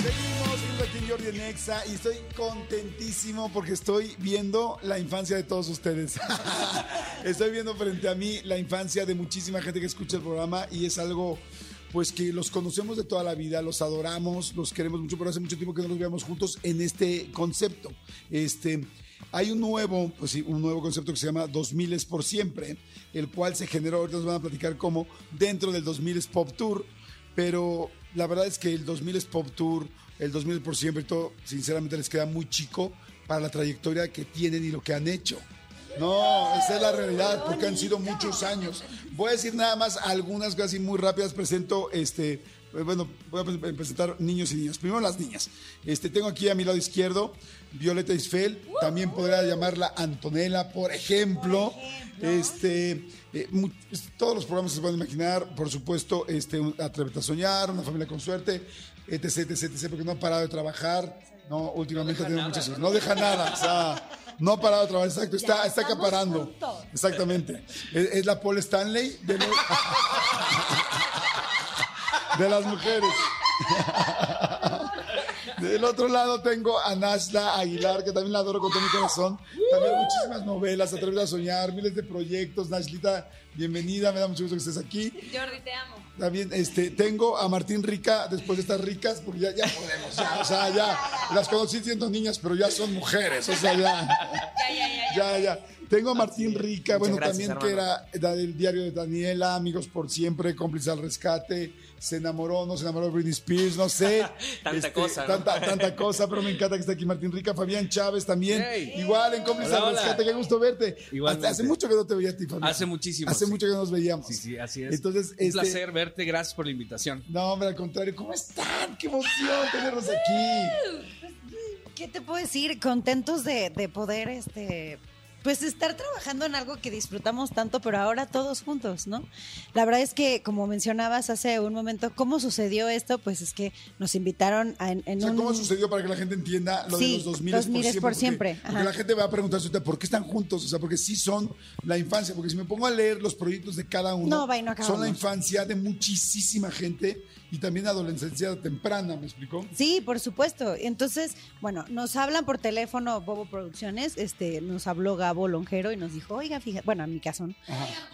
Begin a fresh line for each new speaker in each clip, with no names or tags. Seguimos, seguimos aquí en Jordi en Exa y estoy contentísimo porque estoy viendo la infancia de todos ustedes. estoy viendo frente a mí la infancia de muchísima gente que escucha el programa y es algo pues que los conocemos de toda la vida, los adoramos, los queremos mucho, pero hace mucho tiempo que no los veamos juntos en este concepto. Este hay un nuevo, pues sí, un nuevo concepto que se llama 2000 es por siempre, el cual se generó, ahorita nos van a platicar cómo dentro del 2000 es Pop Tour, pero la verdad es que el 2000 es Pop Tour, el 2000 es por siempre y todo, sinceramente les queda muy chico para la trayectoria que tienen y lo que han hecho. No, esa es la realidad, porque han sido muchos años. Voy a decir nada más algunas casi muy rápidas. Presento, este, bueno, voy a pre- presentar niños y niñas. Primero las niñas. Este, tengo aquí a mi lado izquierdo Violeta Isfel, también podría llamarla Antonella, por ejemplo. Este, eh, mu- todos los programas que se pueden imaginar, por supuesto, este, un- Atrévete a soñar, Una familia con suerte, etc, etc, etc, porque no ha parado de trabajar. No, últimamente ha tenido muchas cosas. No deja nada, o sea, no ha parado de trabajar, exacto, está, está acaparando. Exactamente. Es, es la Paul Stanley de, lo- de las mujeres. Del otro lado tengo a Nasla Aguilar, que también la adoro con todo mi corazón. También muchísimas novelas, Atrévete a soñar, miles de proyectos. Nashlita, bienvenida, me da mucho gusto que estés aquí.
Jordi, te amo.
También este, tengo a Martín Rica, después de estas ricas, porque ya, ya podemos, ya, o sea, ya. Las conocí siendo niñas, pero ya son mujeres, o sea, ya.
Ya, ya, ya.
Ya, ya. Tengo a Martín Rica,
Muchas
bueno,
gracias,
también
hermano.
que era la del diario de Daniela, Amigos por Siempre, Cómplice al Rescate, se enamoró, no se enamoró de Britney Spears, no sé. Este,
Tanta cosa, ¿no?
Tanta, tanta cosa, pero me encanta que esté aquí Martín Rica, Fabián Chávez también.
Hey.
Igual en Cómplice
Hola,
al
hola.
Rescate, qué gusto verte.
Igualmente.
Hace, hace mucho que no te veía a ti, Fabián.
Hace muchísimo,
Hace
sí.
mucho que no nos veíamos.
Sí, sí, así es.
Entonces,
un
este-
placer verte, gracias por la invitación.
No, hombre, al contrario, ¿cómo están? ¡Qué emoción tenerlos aquí!
¿Qué te puedo decir? Contentos de, de poder, este, pues estar trabajando en algo que disfrutamos tanto, pero ahora todos juntos, ¿no? La verdad es que, como mencionabas hace un momento, ¿cómo sucedió esto? Pues es que nos invitaron a, en, en
O sea,
un-
¿cómo sucedió para que la gente entienda lo de
Sí,
los 2000
los miles por siempre,
Porque,
ajá.
porque la gente va a preguntarse ahorita, ¿por qué están juntos? O sea, porque sí son la infancia. Porque si me pongo a leer los proyectos de cada uno,
No, va y no acabamos.
son la infancia de muchísima gente y también adolescencia temprana, ¿me explicó?
Sí, por supuesto. Entonces, bueno, nos hablan por teléfono Bobo Producciones, este, nos habló Gabo Lonjero y nos dijo, oigan, fíjense, bueno, en mi caso, ¿no?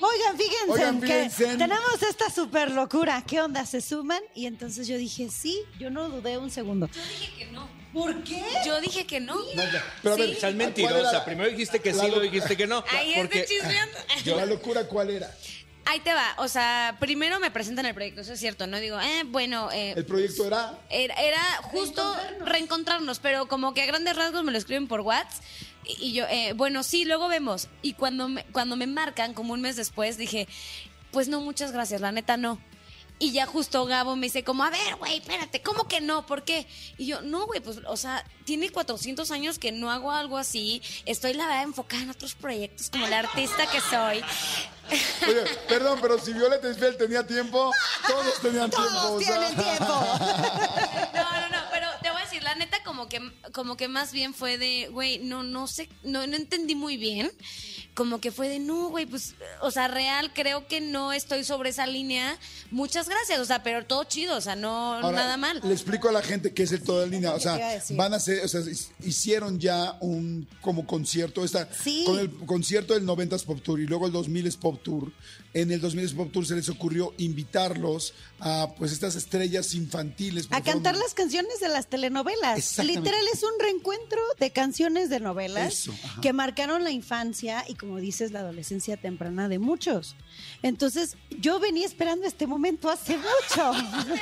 oigan, fíjense,
Oigan,
que
fíjense.
tenemos esta super locura, ¿qué onda? ¿Se suman? Y entonces yo dije, sí, yo no dudé un segundo.
Yo dije que no.
¿Por qué?
Yo dije que no.
Pero a
Sí.
ver,
O
Estás
¿cuál
mentirosa.
era?
Primero dijiste que sí,
la-
luego dijiste que no.
Ahí
porque-
ah.
estoy chismeando.
¿La locura cuál era?
Ahí te va. O sea, primero me presentan el proyecto, eso es cierto. No digo, eh, bueno, eh,
El proyecto era...
era, era justo reencontrarnos. pero como que a grandes rasgos me lo escriben por WhatsApp. Y y yo, eh, bueno, sí, luego vemos. Y cuando me, cuando me marcan, como un mes después, dije, pues no, muchas gracias, la neta no. Y ya justo Gabo me dice como, a ver, güey, espérate, ¿cómo que no? ¿Por qué? Y yo, no, güey, pues, o sea, tiene 400 años que no hago algo así. Estoy, la verdad, enfocada en otros proyectos como la artista que soy.
Oye, perdón, pero si Violeta Isfel tenía tiempo, todos tenían tiempo.
Todos
o sea.
tienen tiempo.
No, no, no, pero te voy a decir, la neta como que como que más bien fue de, güey, no no sé, no no entendí muy bien. Como que fue de, no, güey, pues o sea, real creo que no estoy sobre esa línea. Muchas gracias, o sea, pero todo chido, o sea, no
Ahora,
nada mal.
Le explico a la gente qué es el todo en línea. O
Lo que iba a
sea,
decir.
van a hacer, o sea, his- hicieron ya un como concierto, esta,
Sí.
con el concierto del 90s Pop Tour y luego el 2000s Pop Tour. En el 2000s Pop Tour se les ocurrió invitarlos a pues estas estrellas infantiles.
A
porque fueron-
cantar las canciones de las telenovelas.
Exactamente.
Literal es un reencuentro de canciones de novelas
Eso, ajá.
que marcaron la infancia y como dices la adolescencia temprana de muchos. Entonces yo venía esperando este momento hace
Yo
mucho.
me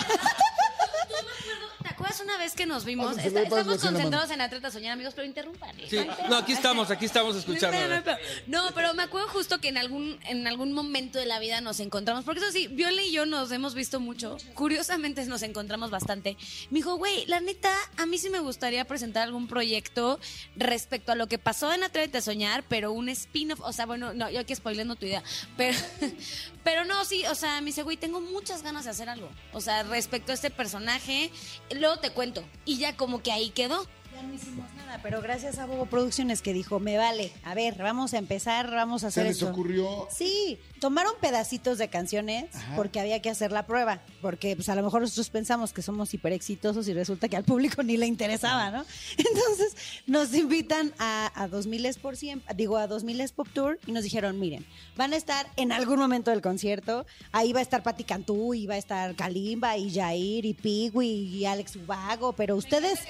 acuerdo, ¿te acuerdas una vez que nos vimos?
Oye, se
Está-
ve para
estamos
la mano.
concentrados en Atleta Soñar, amigos, pero interrumpan. ¿eh?
Sí. No, aquí estamos, aquí estamos escuchando.
No, no, no, no, pero me acuerdo justo que en algún, en algún momento de la vida nos encontramos. Porque eso sí, Viola y yo nos hemos visto mucho. Curiosamente nos encontramos bastante. Me dijo, güey, la neta, a mí sí me gustaría presentar algún proyecto respecto a lo que pasó en Atrévete a Soñar, pero un spin-off. O sea, bueno, no, yo aquí spoileando tu idea. Pero, pero no, sí, o sea, me dice, güey, tengo muchas ganas de hacer algo. O sea, respecto a este personaje, luego te cuento. Y ya como que ahí quedó.
Ya no hicimos nada, pero gracias a Bobo Producciones que dijo, me vale, a ver, vamos a empezar, vamos a
Se
hacer
les
esto.
ocurrió.
Sí, tomaron pedacitos de canciones
Ajá.
porque había que hacer la prueba, porque pues a lo mejor nosotros pensamos que somos hiper exitosos y resulta que al público ni le interesaba, ¿no? Entonces nos invitan a, a 2000 por siempre, digo a 2000 Pop Tour y nos dijeron, miren, van a estar en algún momento del concierto, ahí va a estar Pati Cantú, y va a estar Kalimba y Jair y Pigui y Alex Ubago, pero ustedes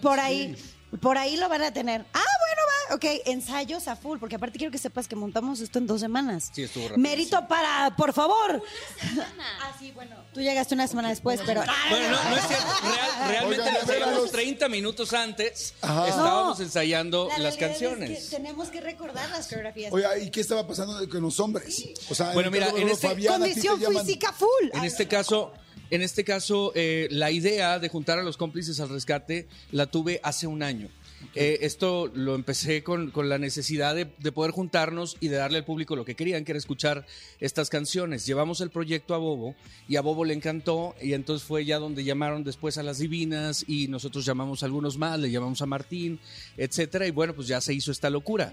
por ahí por ahí lo van a tener. Ah, bueno, va. Ok, ensayos a full, porque aparte quiero que sepas que montamos esto en dos semanas.
Sí, estuvo rápido,
Mérito para, por favor. ah, sí, bueno. Tú llegaste una semana después, pero.
Bueno, no, no es cierto. Real- realmente
Oigan,
lo
espéranos.
ensayamos 30 minutos antes.
Ajá.
Estábamos
No.
ensayando
La realidad
las
es
canciones.
que tenemos que recordar las coreografías.
Oye, ¿y qué estaba pasando con los hombres? O sea,
Bueno, mira, en este-
Fabián, a ti te
Condición
llaman-
física full.
En este caso, en este caso, eh, la idea de juntar a los cómplices al rescate la tuve hace un año. Eh, esto lo empecé con, con la necesidad de, de poder juntarnos y de darle al público lo que querían, que era escuchar estas canciones. Llevamos el proyecto a Bobo y a Bobo le encantó y entonces fue ya donde llamaron después a las divinas y nosotros llamamos a algunos más, le llamamos a Martín, etcétera y bueno, pues ya se hizo esta locura.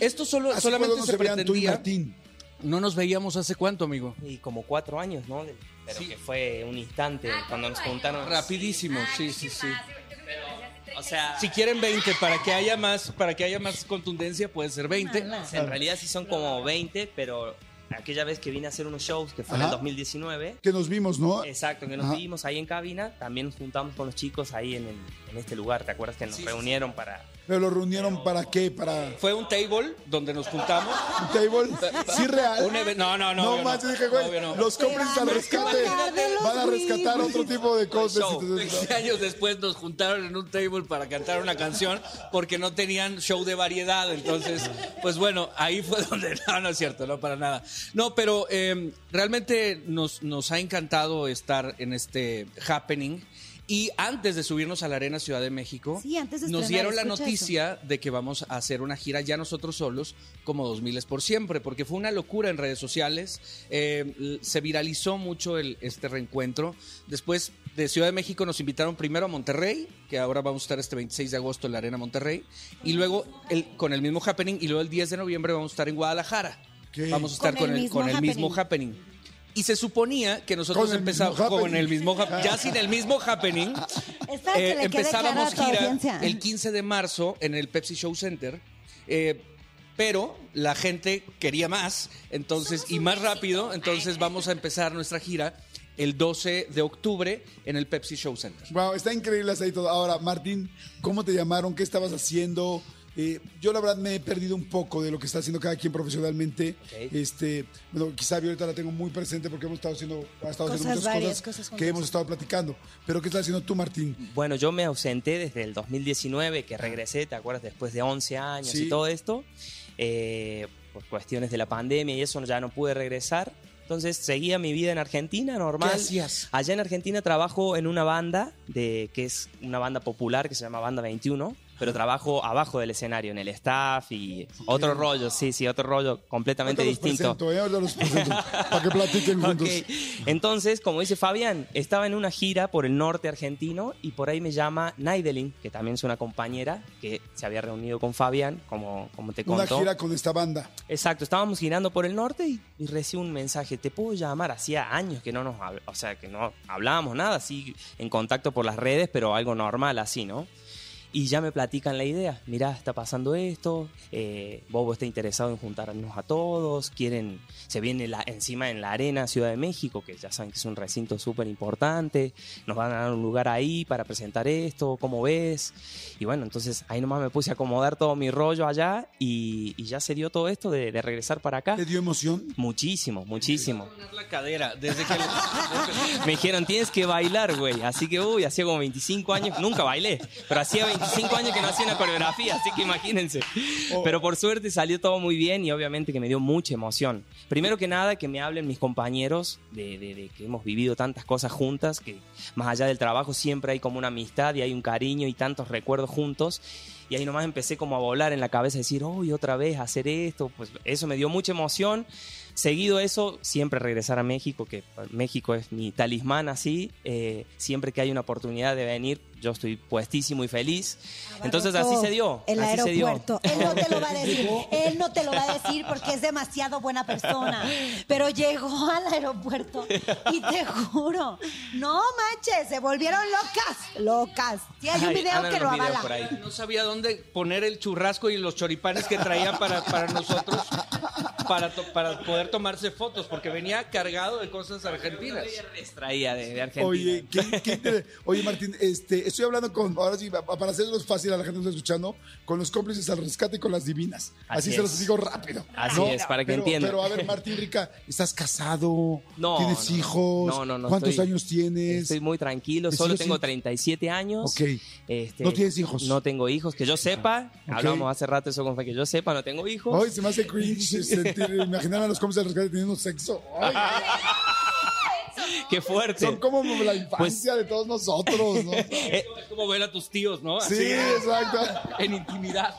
Esto solo
Hace
solamente
cuándo no
se,
se vean tú y
pretendía.
Martín.
No nos veíamos hace cuánto, amigo.
Y como cuatro años, ¿no? Pero
Sí.
que fue un instante cuando nos preguntaron.
Rapidísimo, sí, sí, sí.
O sea,
Si quieren 20 para que haya más, para que haya más contundencia puede ser 20.
en realidad sí son como 20, pero aquella vez que vine a hacer unos shows, que fue en el
Ajá.
2019,
Que nos vimos, ¿no?
Eh.
exacto, que nos
Ajá.
vimos ahí en cabina, también nos juntamos con los chicos ahí en, el- en este lugar. ¿Te acuerdas que nos reunieron para.
Pero lo reunieron para qué? Para
Fue un table donde nos juntamos.
un table. Sí, real.
Un even- no, no, no.
No
obvio
más,
no.
yo dije, güey,
Obvio no.
los cómplices al rescate. Van a rescatar otro tipo de cosas.
Show.
Entonces,
20 años después nos juntaron en un table para cantar una canción porque no tenían show de variedad. Entonces, pues bueno, ahí fue donde. No, no es cierto, no para nada. No, pero eh, realmente nos, nos ha encantado estar en este happening. Y antes de subirnos a la Arena Ciudad de México,
Sí, antes de
nos
estrenar,
dieron la
escucha eso.
noticia. noticia de que vamos a hacer una gira ya nosotros solos como 2000 es por siempre, porque fue una locura en redes sociales, eh, l- se viralizó mucho el, este reencuentro. Después de Ciudad de México nos invitaron primero a Monterrey, que ahora vamos a estar este 26 de agosto en la Arena Monterrey, y luego el, con el mismo happening, y luego el 10 de noviembre vamos a estar en Guadalajara.
¿Qué?
Vamos a estar
Con
con,
el
el,
mismo
con el mismo happening. Y se suponía que nosotros
Con el mismo
empezamos con
happening. Ah.
el mismo hap- ya sin el mismo happening, eh,
Espera que le quede
empezábamos
claro a tu audiencia.
gira el 15 de marzo en el Pepsi Show Center, eh, pero la gente quería más, entonces y más rápido, entonces vamos a empezar nuestra gira el 12 de octubre en el Pepsi Show Center.
wow, está increíble hasta ahí todo. Ahora, Martín, ¿cómo te llamaron? ¿Qué estabas haciendo? Eh, yo la verdad me he perdido un poco de lo que está haciendo cada quien profesionalmente.
Ok.
Este, bueno, quizá yo ahorita la tengo muy presente porque hemos estado haciendo, ha estado haciendo
Cosas
muchas
varias,
cosas,
cosas juntas.
que hemos estado platicando. Pero ¿qué estás haciendo tú, Martín?
Bueno, yo me ausenté desde el 2019, que regresé, ¿te acuerdas? Después de 11 años
Sí.
y todo esto. Eh, por cuestiones de la pandemia y eso ya no pude regresar. Entonces seguía mi vida en Argentina, normal.
¿Qué hacías?
Allá en Argentina trabajo en una banda de, que es una banda popular que se llama Banda 21, pero trabajo abajo del escenario, en el staff y otro rollo, sí, sí, otro rollo completamente
Ahorita los
distinto.
presento, ¿eh? Ahorita los presento, para que platiquen juntos.
Ok. Entonces, como dice Fabián, estaba en una gira por el norte argentino y por ahí me llama Naidelin, que también es una compañera que se había reunido con Fabián, como, como te
Una
contó.
gira con esta banda.
Exacto, estábamos girando por el norte y, y recibo un mensaje, te puedo llamar, hacía años que no nos hab- o sea, que no hablábamos nada, así en contacto por las redes, pero algo normal así, ¿no?
y ya me platican la idea. Mirá, está pasando esto, eh, Bobo está interesado en juntarnos a todos, quieren, se viene la, encima en la arena Ciudad de México, que ya saben que es un recinto súper importante, nos van a dar un lugar ahí para presentar esto, ¿cómo ves? Y bueno, entonces ahí nomás me puse a acomodar todo mi rollo allá y, y ya se dio todo esto de, de regresar para acá.
¿Te dio emoción?
Muchísimo, muchísimo.
La cadera, desde que...
Me dijeron, tienes que bailar, güey. Así que, uy, hacía como 25 años, nunca bailé, pero hacía 25 años que no hacía una coreografía, así que imagínense.
Oh.
Pero por suerte salió todo muy bien y obviamente que me dio mucha emoción. Primero que nada, que me hablen mis compañeros de, de- de que hemos vivido tantas cosas juntas, que más allá del trabajo siempre hay como una amistad y hay un cariño y tantos recuerdos juntos. Y ahí nomás empecé como a volar en la cabeza, decir, uy, otra vez hacer esto. Pues eso me dio mucha emoción. Seguido eso, siempre regresar a México, que eh, México es mi talismán así. eh, siempre que hay una oportunidad de venir, yo estoy puestísimo y feliz. Entonces así se dio.
El
así se dio.
aeropuerto. Él no te lo va a decir. Él no te lo va a decir porque es demasiado buena persona. Pero llegó al aeropuerto y te juro, no manches, se volvieron locas, locas. Sí, hay un
Ay,
video
andan
que lo
los videos
avala.
por ahí.
No sabía dónde poner el churrasco y los choripanes que traía para, para nosotros para, to- para poder tomarse fotos, porque venía cargado de cosas argentinas.
Les traía de, de Argentina.
Oye, ¿qué- qué inter- Oye, Martín, este, estoy hablando con, ahora sí, pa- para hacerlo fácil a la gente que está escuchando, con los cómplices al rescate y con las divinas. Así,
Así
se los
es.
digo rápido.
Así es, para que
pero,
entiendan.
Pero a ver, Martín Rica, ¿estás casado?
No,
¿Tienes
no, no.
hijos?
No, no, no,
¿Cuántos
estoy-
años tienes?
Estoy muy tranquilo,
¿Te
solo
sigues
tengo
sin-
37 años.
Ok.
Este,
¿No tienes hijos? Ah,
No tengo hijos, que yo sepa.
Ok.
Hablamos hace rato eso con Fe, que yo sepa, no tengo hijos.
Ay, se me hace cringe sentir, imaginar a los cómplices al rescate teniendo sexo. Ay,
¡Qué fuerte!
son como
Pues
la infancia de todos nosotros, ¿no?
Es como ver Eh, a tus tíos, ¿no?
Sí, exacto.
En intimidad.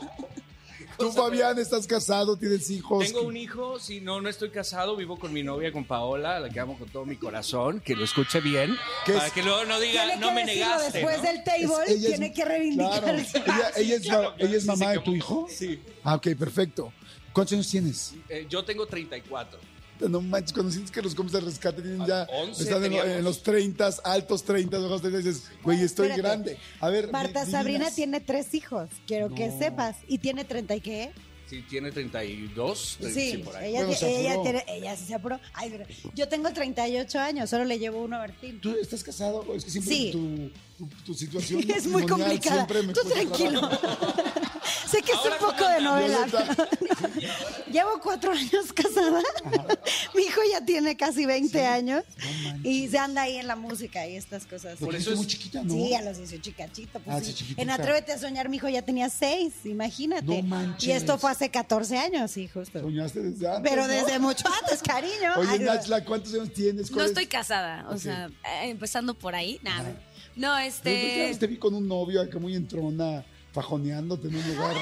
Tú, Fabián, estás casado, tienes hijos.
Tengo un hijo, si no, no estoy casado, vivo con mi novia, con Paola, la que amo con todo mi corazón, que lo escuche bien,
¿Qué
para
es?
que luego no diga,
Tiene
no
que
me
decirlo
negaste.
después
¿no?
del table,
Es- ella es-
tiene que reivindicarse.
Claro. Ella, ella es, ma- ella es mamá de tu hijo.
Sí.
Ah, ok, perfecto. ¿Cuántos años tienes?
Eh, yo tengo 34.
No manches, cuando sientes que los cómplices de rescate tienen ya.
11
están en, lo-
teníamos.
en los 30, altos 30, bajos 30, dices, güey, estoy
Espérate.
grande. A ver.
Marta
di-
Sabrina
divinas.
tiene tres hijos, quiero que
No.
sepas. Y tiene 30 y qué?
Sí, tiene 32. tre- Pues, sí,
Sí,
por ahí.
ella,
Bueno, se
ella
apuró.
tiene- ella sí se apuró. Ay, pero yo tengo 38 años, solo le llevo uno a Martín.
¿Tú estás casado? Es que siempre
Sí.
tu, tu- tu situación.
Es muy
matrimonial
complicada.
siempre me
Tú
cuesta
tranquilo.
trabajo.
sé que es un poco de novela.
Violeta.
Llevo cuatro años casada. Mi hijo ya tiene casi 20 años y se anda ahí en la música y estas cosas.
Porque
eso
es
es-
muy chiquita, ¿no?
Sí, a los 18 cachito. Pues
Ah,
sí.
sí, chiquitita.
En Atrévete a Soñar, mi hijo ya tenía seis, imagínate.
No manches.
y esto fue hace 14 años, sí, justo.
Soñaste desde antes.
Pero
¿no?
desde mucho antes, cariño. Ay,
Oye, Nachla, ¿cuántos años tienes?
No
¿Cuál es-
estoy casada, o
Ok.
sea, eh, empezando por ahí, nada. No,
Yo creo que una
este.
vez te vi con un novio acá muy entrona, fajoneándote en un lugar.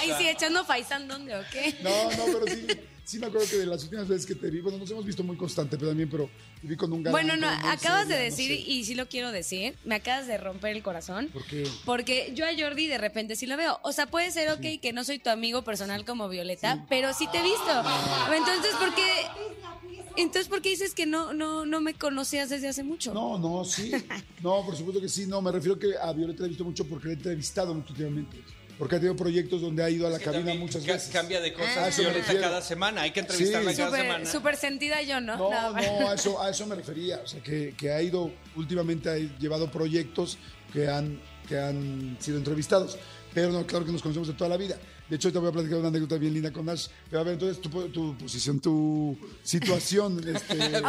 Ay, sí, echando faisán, ¿dónde o qué?
No, no, pero sí, sí me acuerdo que de las últimas veces que te vi, bueno, nos hemos visto muy constante pero también, pero te vi con un galán.
Bueno, no,
pero muy
acabas de
seria, no
decir,
sé.
y sí lo quiero decir, me acabas de romper el corazón.
¿Por qué?
Porque yo a Jordi de repente sí lo veo. O sea, puede ser, ok, que no soy tu amigo personal como Violeta, pero sí te he visto. Entonces, ¿por qué? Entonces, ¿por qué dices que no, no, no me conocías desde hace mucho?
No, no, sí. No, por supuesto que sí. No, me refiero que a Violeta la he visto mucho porque la he entrevistado mucho últimamente. Porque ha tenido proyectos donde ha ido a la cabina
También
muchas
ca-
veces.
Cambia de cosas
Ah, eso me
Violeta,
refiero.
cada semana, hay que entrevistarla
Sí.
cada
Súper,
semana.
Eh, súper sentida yo, ¿no?
No,
Nada más.
no, a eso, a eso me refería. O sea, que, que ha ido, últimamente ha llevado proyectos que han, que han sido entrevistados. Pero no, claro que nos conocemos de toda la vida. De hecho, te voy a platicar una anécdota bien linda con Nash. Pero a ver, entonces, tu, po- tu posición, tu situación. este,
Ok.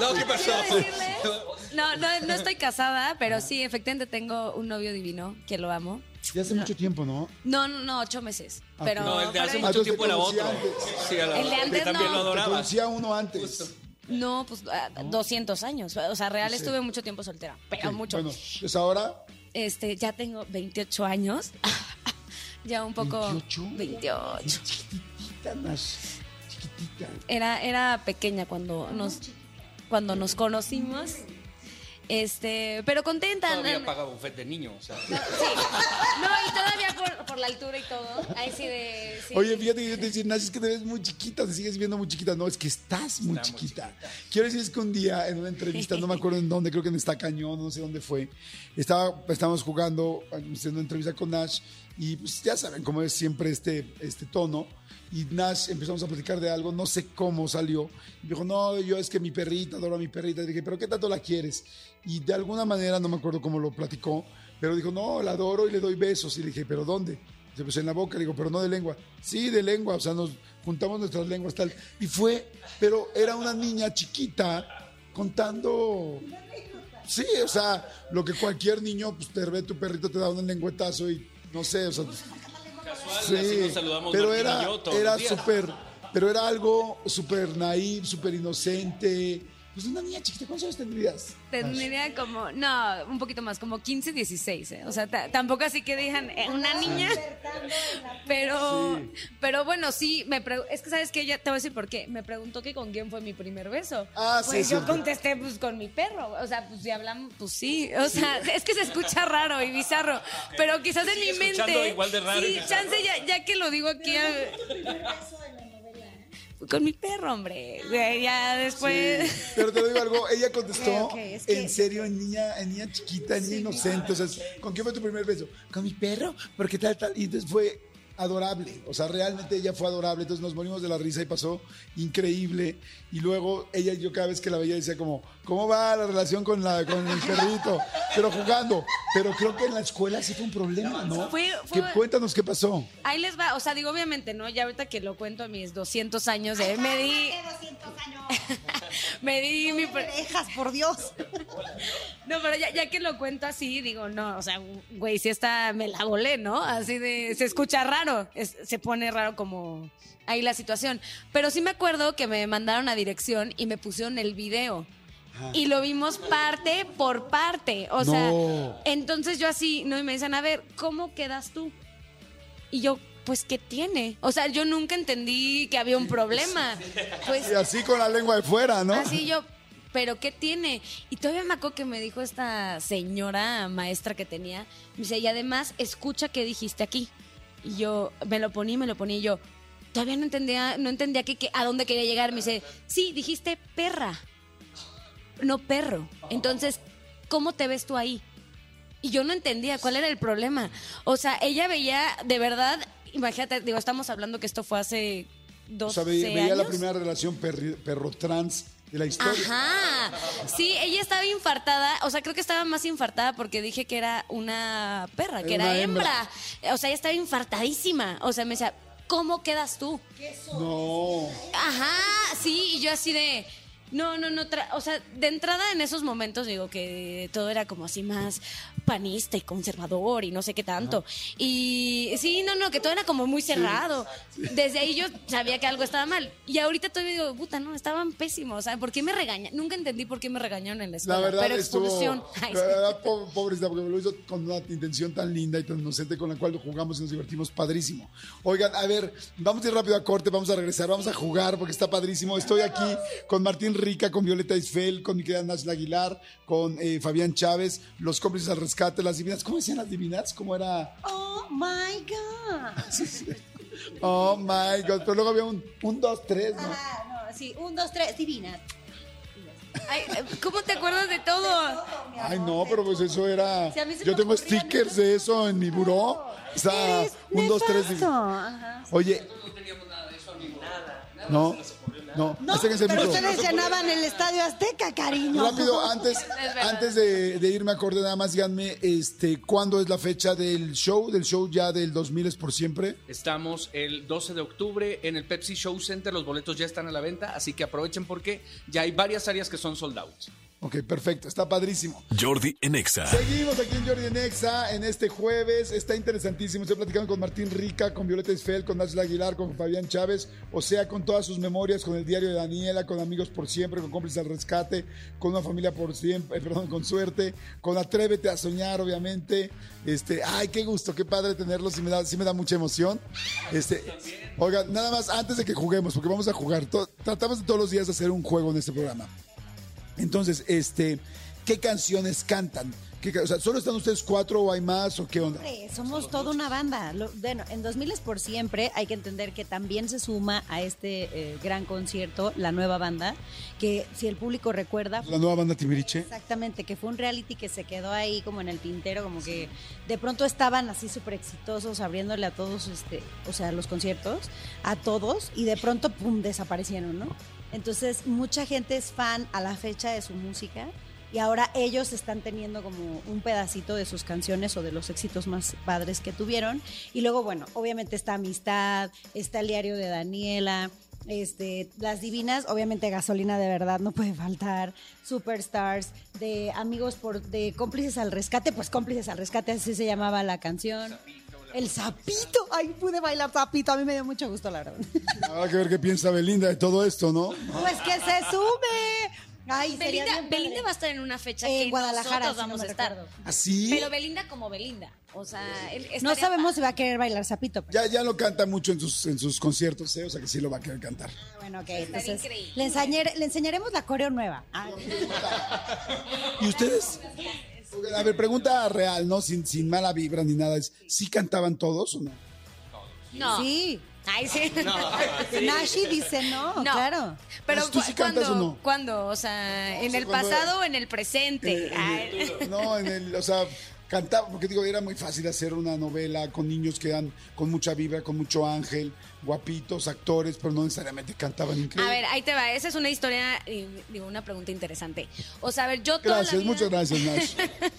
No, ¿qué pasó?
Quiero decirles- No, no, no estoy casada, pero sí, efectivamente tengo un novio divino que lo amo.
ya hace mucho tiempo, ¿no?
No, no, no, ocho meses.
Ah,
Pero
No, el de hace
pero-
Ah,
mucho
entonces
tiempo
te
era
conocí
otro.
antes.
Sí, a la-
El de
que
antes
también
no.
lo
Te
Te
adorabas.
conocía uno antes.
no, pues ah, 200 años. O sea, real
Sí.
estuve mucho tiempo soltera, pero
Ok,
mucho.
Bueno, pues ahora,
Este, ya tengo 28 años. ya un poco
28.
28.
chiquitita, Nash. Chiquitita.
Era era pequeña cuando nos cuando nos conocimos. Este, pero contenta.
Todavía
na-
paga buffet de niño. O sea,
Sí. No, y todavía por, por la altura y todo. Ahí sí de. sí.
Oye, fíjate que yo te decía, Nacho, es que te ves muy chiquita, te sigues viendo muy chiquita. No, es que estás muy, chiquita. Quiero decir, es que un día en una entrevista, no me acuerdo en dónde, creo que en esta cañón, no sé dónde fue, estaba, estábamos jugando, haciendo una entrevista con Nash, y pues ya saben cómo es siempre este, este tono. Y Nash empezamos a platicar de algo, no sé cómo salió. Y dijo, no, yo es que mi perrita, adoro a mi perrita. Y dije, pero ¿qué tanto la quieres? Y de alguna manera, no me acuerdo cómo lo platicó, pero dijo, no, la adoro y le doy besos. Y le dije, ¿pero dónde? Dice, pues en la boca, le digo, pero no de lengua. Sí, de lengua, o sea, nos juntamos nuestras lenguas tal. Y fue, pero era una niña chiquita contando... Sí, o sea, lo que cualquier niño, pues te ve tu perrito, te da un lengüetazo y no sé, o sea...
así nos saludamos
pero
Martín y
era,
yo todos
era
los días.
súper, pero era algo súper naive, súper inocente. Pues una niña chiquita, ¿cuántos años tendrías?
Tendría como, no, un poquito más, como 15, 16. ¿eh? O sea, ta- tampoco así que digan eh, una niña. Pero, pero bueno, sí, me pregu- es que sabes que ella, te voy a decir por qué. Me preguntó que con quién fue mi primer beso.
Ah, sí,
Pues yo
siempre.
contesté, pues con mi perro. O sea, pues si hablamos, pues sí. O sea, es que se escucha raro y bizarro. Pero quizás en mi
escuchando
mente.
igual de raro y
sí,
bizarro.
chance, ya, ya que lo digo aquí. a- con mi perro, hombre. Güey, Ya después.
Pero te digo algo, ella contestó
Ok, ok, es que-
en serio, en niña, en niña chiquita, en niña inocente. O sea, es, ¿con quién fue tu primer beso? Con mi perro, porque tal, tal. Y entonces fue adorable. O sea, realmente ella fue adorable. Entonces nos morimos de la risa y pasó increíble. Y luego ella, yo cada vez que la veía decía como, ¿cómo va la relación con, la, con el perrito? Pero jugando. Pero creo que en la escuela sí fue un problema, ¿no?
Fue-
¿Qué-
fue-
cuéntanos qué pasó.
Ahí les va, o sea, digo, obviamente, ¿no? Ya ahorita que lo cuento a mis 200 años de... Me di,
200 años.
me di mi... pr-
Dejas, por Dios.
No, pero ya, ya que lo cuento así, digo, no, o sea, güey, si esta me la volé, ¿no? Así de, se escucha raro, es- se pone raro como ahí la situación. Pero sí me acuerdo que me mandaron a dirección y me pusieron el video. Y lo vimos parte por parte, o sea,
No.
entonces yo así, ¿no? Y me dicen, a ver, ¿cómo quedas tú? Y yo, pues, ¿qué tiene? O sea, yo nunca entendí que había un problema. Pues,
Y así con la lengua de fuera, ¿no?
Así Ah, yo, ¿pero qué tiene? Y todavía me acuerdo que me dijo esta señora maestra que tenía, me dice, y además, escucha qué dijiste aquí. Y yo, me lo poní, me lo poní, y yo, todavía no entendía, no entendía que, que- a dónde quería llegar. Me dice, sí, dijiste perra, no perro. Entonces, ¿cómo te ves tú ahí? Y yo no entendía cuál era el problema. O sea, ella veía, de verdad, imagínate, digo, estamos hablando que esto fue hace
O
dos
sea,
años.
ve- veía la primera relación perri- perro trans de la historia.
Ajá. Sí, ella estaba infartada. O sea, creo que estaba más infartada porque dije que era una perra, que
Era
era
una
hembra. O sea, ella estaba infartadísima. O sea, me decía, ¿cómo quedas tú?
No.
Ajá, sí, y yo así de. No, no, no. tra- o sea, de entrada en esos momentos digo que todo era como así más panista y conservador y no sé qué tanto. Y sí, no, no, que todo era como muy cerrado. Desde ahí yo sabía que algo estaba mal. Y ahorita todavía digo, puta, no, estaban pésimos. O sea, ¿por qué me regañan? Nunca entendí por qué me regañaron en la escuela.
La verdad
pero
estuvo-
expulsión. Ay,
la verdad, po- pobrecita, porque lo hizo con una intención tan linda y tan inocente con la cual jugamos y nos divertimos padrísimo. Oigan, a ver, vamos a ir rápido a corte, vamos a regresar, vamos a jugar porque está padrísimo. Estoy aquí con Martín Rica, con Violeta Isfel, con mi querida Nashla Aguilar, con eh, Fabián Chávez, los cómplices al rescate, las divinas. ¿Cómo decían las divinas? ¿Cómo era?
Oh my God.
Oh my God, pero luego había un, un dos, tres, ¿no?
Ah, no, sí. Un, dos, tres. Divina.
ay, ¿Cómo te acuerdas de todo?
Ay, no, pero pues eso era.
Si a mí se
Yo
me
tengo
ocurría,
stickers de eso en mi buró. O sea, un, dos, tres. div- Oye. No, no,
No,
Este que se
pero
puso.
ustedes llenaban el Estadio Azteca, cariño.
Rápido, antes, antes de, de irme a corte, nada más díganme este, cuándo es la fecha del show, del show ya del 2000 es por siempre.
Estamos el 12 de octubre en el Pepsi Show Center. Los boletos ya están a la venta, así que aprovechen porque ya hay varias áreas que son sold out.
Ok, perfecto, está padrísimo.
Jordi en Exa.
Seguimos aquí en Jordi en Exa en este jueves. Está interesantísimo. Estoy platicando con Martín Rica, con Violeta Isfel, con Nashla Aguilar, con Fabián Chávez. O sea, con todas sus memorias, con el diario de Daniela, con Amigos por Siempre, con Cómplices al Rescate, con Una Familia por Siempre, eh, perdón, con Suerte, con Atrévete a Soñar, obviamente. Este, ay, qué gusto, qué padre tenerlos. Sí me da, sí me da mucha emoción. Este, oigan, nada más antes de que juguemos, porque vamos a jugar. to- tratamos de todos los días hacer un juego en este programa. Entonces, este, qué canciones cantan. ¿Qué ca- o sea, ¿solo están ustedes cuatro o hay más o qué onda?
Hombre, somos toda una banda. Lo- bueno, en 2000 es por siempre. Hay que entender que también se suma a este eh, gran concierto la nueva banda, que si el público recuerda,
La nueva banda Timbiriche.
Exactamente, que fue un reality que se quedó ahí como en el tintero, como que de pronto estaban así súper exitosos abriéndole a todos, este, o sea, los conciertos, a todos, y de pronto, pum, desaparecieron, ¿no? Entonces, mucha gente es fan a la fecha de su música y ahora ellos están teniendo como un pedacito de sus canciones o de los éxitos más padres que tuvieron. Y luego, bueno, obviamente está Amistad, está el diario de Daniela, este, Las Divinas, obviamente gasolina de verdad no puede faltar, Superstars, de Amigos por, de Cómplices al Rescate, pues Cómplices al Rescate, así se llamaba la canción. El sapito, ay, pude bailar sapito, a mí me dio mucho gusto, la verdad.
Habrá que ver qué piensa Belinda de todo esto, ¿no?
Pues que se sube. Ay, sería
Belinda,
bien padre.
Belinda va a estar en una fecha
En
que
Guadalajara,
nosotros
si no
vamos
me
a estar.
recuerdo.
¿Así?
Pero Belinda como Belinda. O sea, él
No
estaría-
sabemos si va a querer bailar sapito. pero-
Ya, ya lo canta mucho en sus, en sus conciertos, ¿eh? o sea que sí lo va a querer cantar.
Ah, Bueno, ok, entonces
increíble.
le, enseñare- le enseñaremos la coreo nueva. Ah,
¿Y ustedes? A ver, pregunta real, ¿no? Sin, sin mala vibra ni nada. Es, ¿Sí cantaban todos o no?
No.
Sí.
Ay, sí.
Nashi dice no,
No.
claro.
Pero
Pues, ¿tú sí
cu-
cantas
cuando,
o no?
cuando, o sea, en
sea,
el
cuando-
pasado o en el presente.
Eh,
Ay.
en el- no, en el, o sea, cantaba, porque digo, era muy fácil hacer una novela con niños que dan con mucha vibra, con mucho ángel, guapitos, actores, pero no necesariamente cantaban
A
increíble.
ver, ahí te va. Esa es una historia, eh, digo, una pregunta interesante. O sea, a ver, yo toda la
gracias,
vida-
muchas gracias, Nash.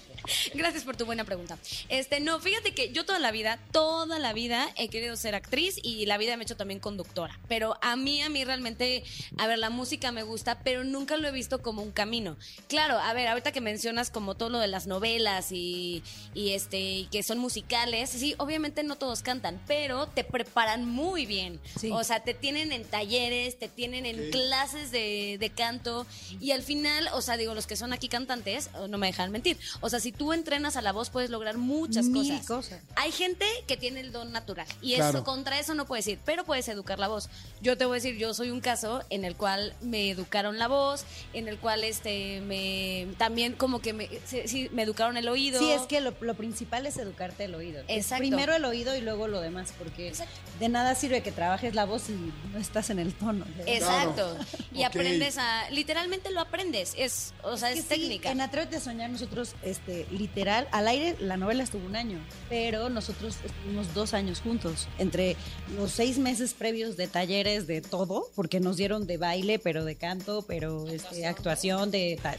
Gracias por tu buena pregunta. Este, no, fíjate que yo toda la vida, toda la vida he querido ser actriz y la vida me ha hecho también conductora. Pero a mí, a mí realmente, a ver, la música me gusta, pero nunca lo he visto como un camino. Claro, a ver, ahorita que mencionas como todo lo de las novelas y, y este, y que son musicales, sí, obviamente no todos cantan, pero te preparan muy bien.
Sí.
O sea, te tienen en talleres, te tienen en clases de, de canto y al final, o sea, digo, los que son aquí cantantes, oh, no me dejan mentir. O sea, si tú entrenas a la voz puedes lograr muchas
Mil
cosas.
cosas.
Hay gente que tiene el don natural y
Claro.
eso contra eso no puedes ir, pero puedes educar la voz. Yo te voy a decir, yo soy un caso en el cual me educaron la voz, en el cual este me también como que me sí, sí, me educaron el oído.
Sí, es que lo, lo principal es educarte el oído. Es
Exacto.
primero el oído y luego lo demás, porque
Exacto.
de nada sirve que trabajes la voz y no estás en el tono. de verdad.
Exacto. Y
Ok.
aprendes a literalmente lo aprendes, es o sea, es,
que sí,
técnica.
en Atrévete a Soñar nosotros, este, literal, al aire la novela estuvo un año, pero nosotros estuvimos dos años juntos, entre los seis meses previos de talleres de todo, porque nos dieron de baile, pero de canto, pero este, actuación, de tal.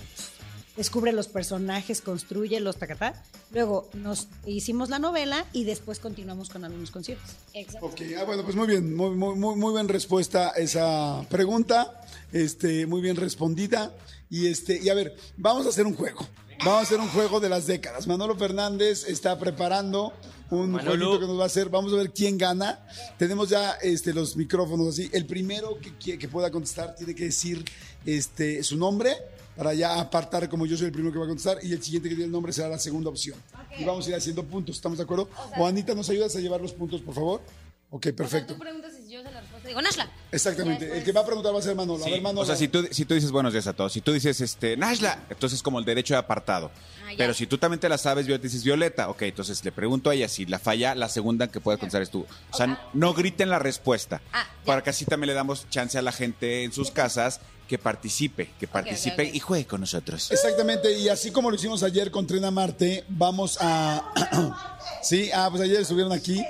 Descubre los personajes, construye los tacatá. Luego nos hicimos la novela y después continuamos con algunos conciertos.
Exacto.
Ok, ah, bueno, pues muy bien, muy, muy, muy, muy buena respuesta a esa pregunta, este, muy bien respondida. Y este, y a ver, vamos a hacer un juego. Vamos a hacer un juego de las décadas. Manolo Fernández está preparando un
Manolo.
jueguito que nos va a hacer. Vamos a ver quién gana. Tenemos ya este, los micrófonos así. El primero que, que- que pueda contestar tiene que decir este, su nombre para ya apartar como yo soy el primero que va a contestar y el siguiente que tiene el nombre será la segunda opción. Y vamos a ir haciendo puntos, ¿estamos de acuerdo? o Anita, ¿nos ayudas a llevar los puntos, por favor? Ok, perfecto.
O sea, tú preguntas y yo sé la respuesta. Digo, Nashla.
Exactamente.
Ya después.
El que va a preguntar va a ser Manolo. a ver, Manolo.
O sea, si tú, si tú dices buenos días a todos, si tú dices este, Nashla, entonces como el derecho de apartado.
Ah, ya.
Pero si tú también te la sabes, Violeta, dices Violeta, ok, entonces le pregunto a ella si la falla, la segunda que puedes contestar es tú. O sea, no griten la respuesta.
Ah, ya.
para que así también le damos chance a la gente en sus casas que participe, que participe
ok.
y juegue con nosotros.
Exactamente, y así como lo hicimos ayer con Trena Marte, vamos a... sí, ah, pues ayer estuvieron aquí.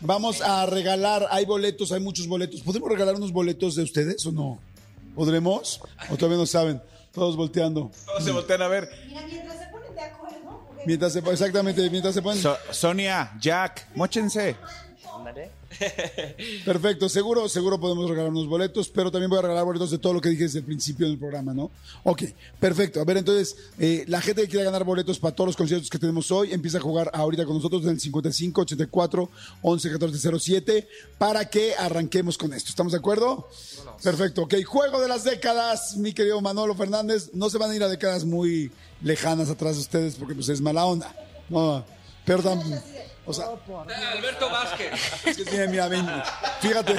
Vamos a regalar, hay boletos, hay muchos boletos. ¿Podemos regalar unos boletos de ustedes o no? ¿Podremos? ¿O todavía no saben? Todos volteando.
Todos se voltean a ver.
Mientras se, exactamente, mientras se ponen...
So- Sonia, Jack, mochense.
Perfecto, seguro, seguro podemos regalar unos boletos, pero también voy a regalar boletos de todo lo que dije desde el principio del programa, ¿no? Ok, perfecto. A ver, entonces, eh, la gente que quiera ganar boletos para todos los conciertos que tenemos hoy empieza a jugar ahorita con nosotros en el 55 84 11 14 07 para que arranquemos con esto. ¿Estamos de acuerdo? Perfecto, ok. Juego de las décadas, mi querido Manolo Fernández. No se van a ir a décadas muy lejanas atrás de ustedes porque pues es mala onda. No, pero tam- O sea,
Alberto Vázquez.
es que tiene, mira, vein- fíjate,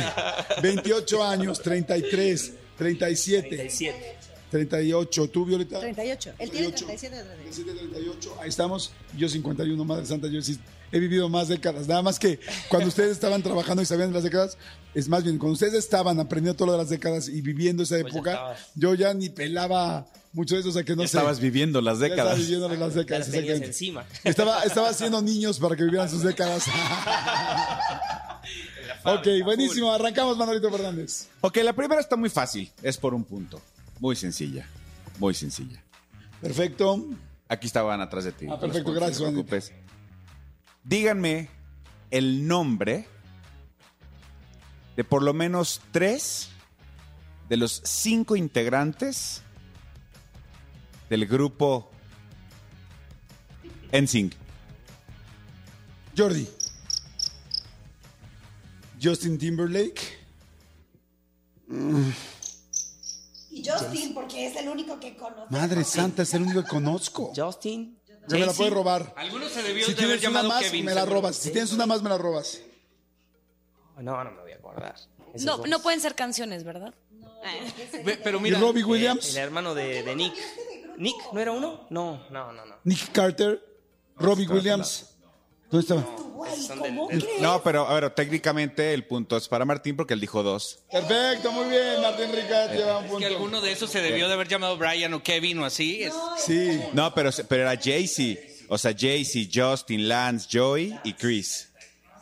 28 años, 33, 37,
37.
38. ¿Tú, Violeta?
38. Él tiene
38.
37 de
38. Ahí estamos. Yo 51, Madre Santa. Yo sí he vivido más décadas. Nada más que cuando ustedes estaban trabajando y sabían de las décadas, es más bien, cuando ustedes estaban aprendiendo todo lo de las décadas y viviendo
Pues
esa época, yo ya ni pelaba mucho de eso. O sea, que no
Ya
sé.
estabas viviendo las
Ya estaba
décadas.
viviendo las
Ya
décadas.
las tenías
exactamente.
encima.
Estaba, estaba haciendo niños para que vivieran sus décadas. ok, buenísimo. Arrancamos, Manolito Fernández.
Ok, la primera está muy fácil. Es por un punto. Muy sencilla. Muy sencilla.
Perfecto.
Aquí estaban atrás de ti.
Ah, perfecto, gracias,
No te preocupes. Díganme el nombre de por lo menos tres de los cinco integrantes del grupo NSYNC.
Jordi. Justin Timberlake. Mm,
Y Justin, porque es el único que conozco.
Madre santa, es el único que conozco.
Justin.
Se me la puede robar.
Algunos se debió
Si
de haber
tienes una
llamado
más,
Kevin.
me la
seguro.
robas. Si tienes una más, me la robas.
No, no me voy a acordar. Esos
No,
dos.
no pueden ser canciones, ¿verdad?
Ve- Pero mira.
¿Y Robbie
eh,
Williams?
El hermano de, de Nick. ¿Nick? ¿No era uno? No, no, no, no.
Nick Carter. Robbie Williams. ¿Dónde estaba?
Esos son del- del-
No, pero a ver, técnicamente el punto es para Martín porque él dijo dos.
Perfecto, muy bien. Martín Ricat lleva un
Que
punto.
alguno de esos se debió de haber llamado Brian o Kevin o así. es-
Sí.
No, pero, pero era Jay-Z. O sea, Jay-Z, Justin, Lance, Joey y Chris.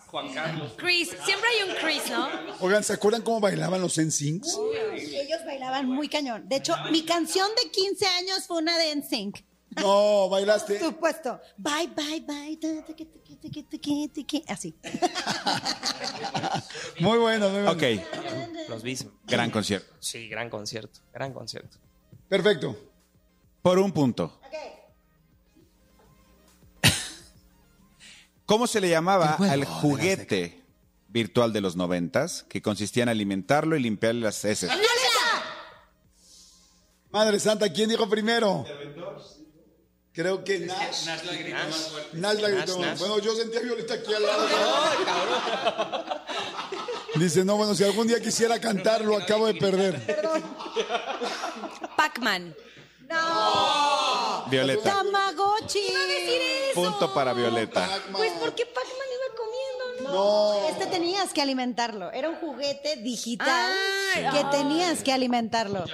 Juan Carlos.
Chris, siempre hay un Chris, ¿no?
Oigan, ¿se acuerdan cómo bailaban los NSYNCs?
Ellos bailaban muy cañón. De hecho, mi canción de 15 años fue una de NSYNC.
No, bailaste.
Por supuesto. Bye, bye, bye. da, tiqui, tiqui, tiqui, tiqui, tiqui. Así.
Muy bueno, muy bueno.
Ok,
Los Beats.
gran concierto.
Sí, gran concierto. Gran concierto.
Perfecto.
Por un punto. ¿Cómo se le llamaba al juguete virtual de los noventas que consistía en alimentarlo y limpiarle las heces?
Madre santa, ¿quién dijo primero? Creo que Nash. Nash la gritó.
Nash.
Bueno, yo sentí a Violeta aquí al lado. Dice, no, bueno, si algún día quisiera cantar, lo acabo de perder.
Pac-Man.
Violeta.
Tamagotchi.
Punto para Violeta.
Pues, ¿por qué Pac-Man iba comiendo?
No.
Este tenías que alimentarlo. Era un juguete digital
Ay,
que tenías que alimentarlo.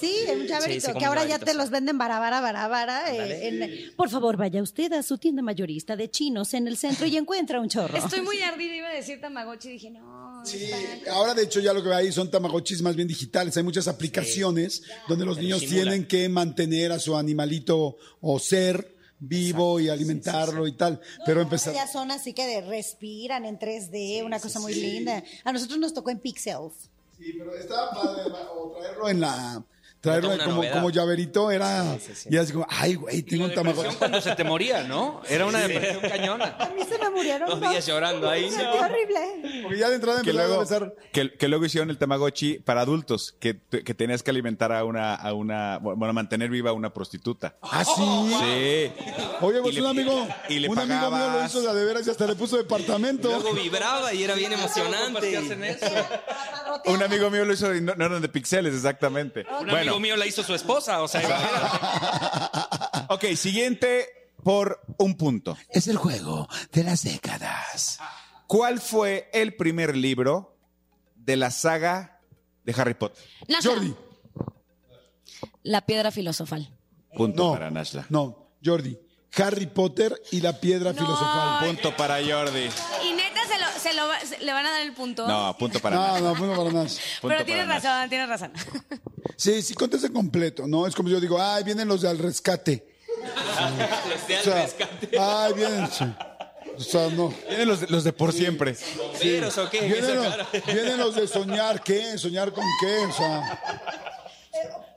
Sí, un
Sí,
llaverito.
sí, como
que ahora ya
llaveritos.
te los venden barabara, barabara. eh, en- Por favor, vaya usted a su tienda mayorista de chinos en el centro y encuentra un chorro.
Estoy muy ardida, iba a decir Tamagotchi, dije, no.
Sí, eh, ahora de hecho ya lo que hay son tamagotchis más bien digitales. Hay muchas aplicaciones donde los
Te
niños
simulan.
tienen que mantener a su animalito o ser vivo y alimentarlo y tal. Pero empezar.
Ya son así que de- respiran en 3D, una cosa muy linda. A nosotros nos tocó en pixels.
Sí, pero estaba padre, o traerlo en la...
Era
Traerlo
una
como,
novedad.
como llaverito era...
sí.
Y así como, ay, güey, tengo un tamago.
Depresión cuando se te moría, ¿no? Era una depresión
A
cañona.
mí se me murieron
Dos días llorando ahí.
Sentí
No.
horrible.
Porque ya de entrada
Que
empezaron a
luego,
besar.
que, que luego hicieron el Tamagotchi para adultos, que, que tenías que alimentar a una, a una, bueno, mantener viva a una prostituta.
Ah,
Oh,
sí.
Sí.
Oye, pues
Y le-
un amigo,
y le
un amigo mío lo
pagabas.
hizo de a de veras y hasta le puso departamento.
Luego vibraba y era bien emocionante.
¿Qué hacen eso?
Un amigo mío lo hizo, y no, no eran de pixeles, exactamente.
Un
Bueno,
amigo mío la hizo su esposa, o sea,
ok, siguiente por un punto.
Es el juego de las décadas.
¿Cuál fue el primer libro de la saga de Harry Potter?
Nashla.
Jordi.
La piedra filosofal.
Punto
No.
para Nashla.
No, Jordi. Harry Potter y la piedra
No.
filosofal.
Punto para Jordi.
Y neta, se, lo, se, lo va- se- le van a dar el punto.
No, punto para
No,
Nash.
no, bueno, para nada.
punto
Pero tienes
para Nash.
razón, tienes razón.
Sí, sí, conteste completo, ¿no? Es como yo digo, ay, vienen los de al rescate.
de
O
al
sea,
rescate.
Ay, vienen. sí. O sea, no.
Vienen los, de- los de por siempre.
¿Bomberos o qué?
Vienen
Esa
los,
cara.
vienen los de soñar, ¿qué? ¿Soñar con qué? O sea.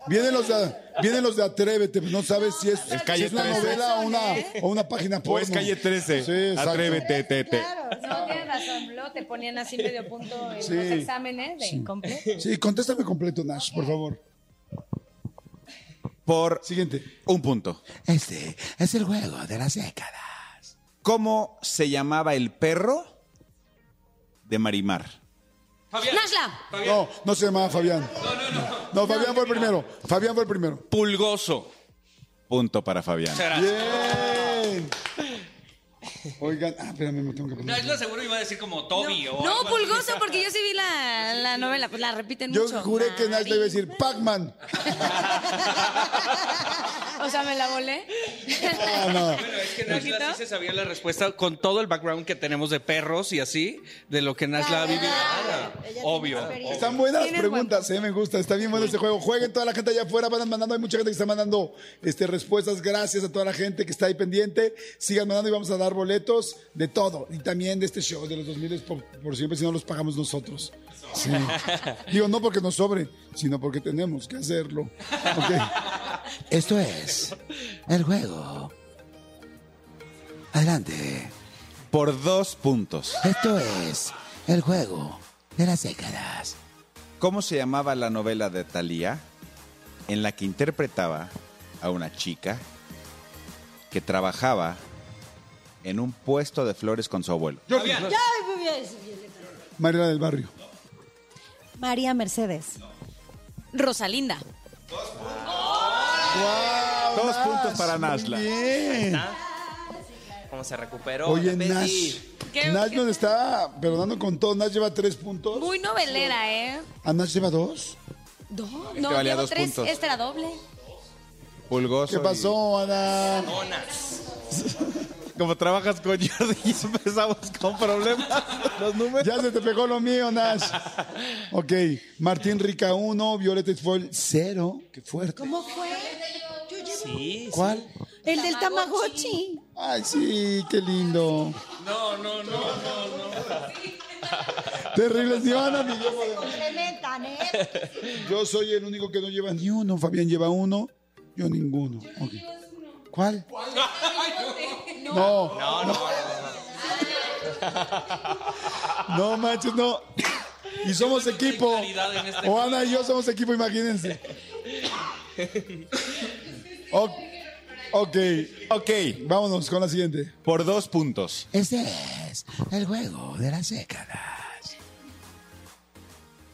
Vienen los de, vienen los de Atrévete, pues no sabes si es,
Es Calle
si es una
13.
novela o una, o una página porno.
O es calle 13.
Sí, exacto.
Atrévete, tete.
No, tienes razón, Blo. Te ponían así medio punto en
Sí.
los exámenes de incompleto.
Sí, contéstame completo, Nash, por favor.
Por
Siguiente.
un punto.
Este es el juego de las décadas.
¿Cómo se llamaba el perro de Marimar?
Nashla.
No, no se llamaba Fabián. No, no, no. No, Fabián fue el primero. Fabián fue el primero.
Pulgoso.
Punto para Fabián.
Bien. Oigan, ah, espérame, me tengo que poner.
Nashla seguro iba a decir como Toby o
No,
algo así.
pulgoso, porque yo sí vi la, la novela. Pues la repiten
Yo
mucho.
juré que Nashla iba a decir Pac-Man.
O sea, me la volé.
Ah, no.
Bueno, es que Nashla
¿Poquito?
sí se sabía la respuesta con todo el background que tenemos de perros y así, de lo que Nashla ha vivido. Obvio.
Están buenas las preguntas, eh, me gusta. Está bien bueno este juego. Jueguen toda la gente allá afuera, van mandando. Hay mucha gente que está mandando este, respuestas. Gracias a toda la gente que está ahí pendiente. Sigan mandando y vamos a dar boletos de todo. Y también de este show, de los 2000 por, por siempre, si no los pagamos nosotros. Sí. Digo, no porque nos sobre, sino porque tenemos que hacerlo.
Esto es el juego. Adelante.
Por dos puntos.
Esto es el juego de las décadas.
¿Cómo se llamaba la novela de Thalía en la que interpretaba a una chica que trabajaba en un puesto de flores con su abuelo?
Ya, muy bien, muy bien.
Mariela del Barrio.
María Mercedes.
Rosalinda.
Dos puntos para Nashla.
Bien.
Ah, ¿Cómo se recuperó?
Oye,
la Betty?
Nash.
¿Qué-
Nash
qué-
nos está perdonando con todo. Nash lleva tres puntos.
Muy novelera, ¿eh?
¿A Nash lleva dos?
Dos.
Este
No,
valía
llevo
dos
tres.
puntos.
Este era doble.
Pulgoso.
¿Qué
y-
pasó, Ana?
Como trabajas con Jordi, empezamos con problemas. Los números.
Ya se te pegó lo mío, Nash. Ok, Martín Rica 1, Violeta Isfol 0. Qué fuerte.
¿Cómo fue? Yo llevo-
Sí, sí.
¿Cuál?
El del Tamagotchi.
Ay, sí, qué lindo.
No, no, no, no, no.
Terribles Diana, mi Dios.
Complementan, ¿eh?
Yo soy el único que no lleva ni uno. Fabián lleva uno, yo ninguno. Ok. ¿Cuál? No,
No, no, no.
no manches, no. Y somos equipo.
claridad en este
O Ana y yo somos equipo, imagínense. O- ok,
Ok,
vámonos con la siguiente.
por dos puntos.
Este es el juego de las décadas.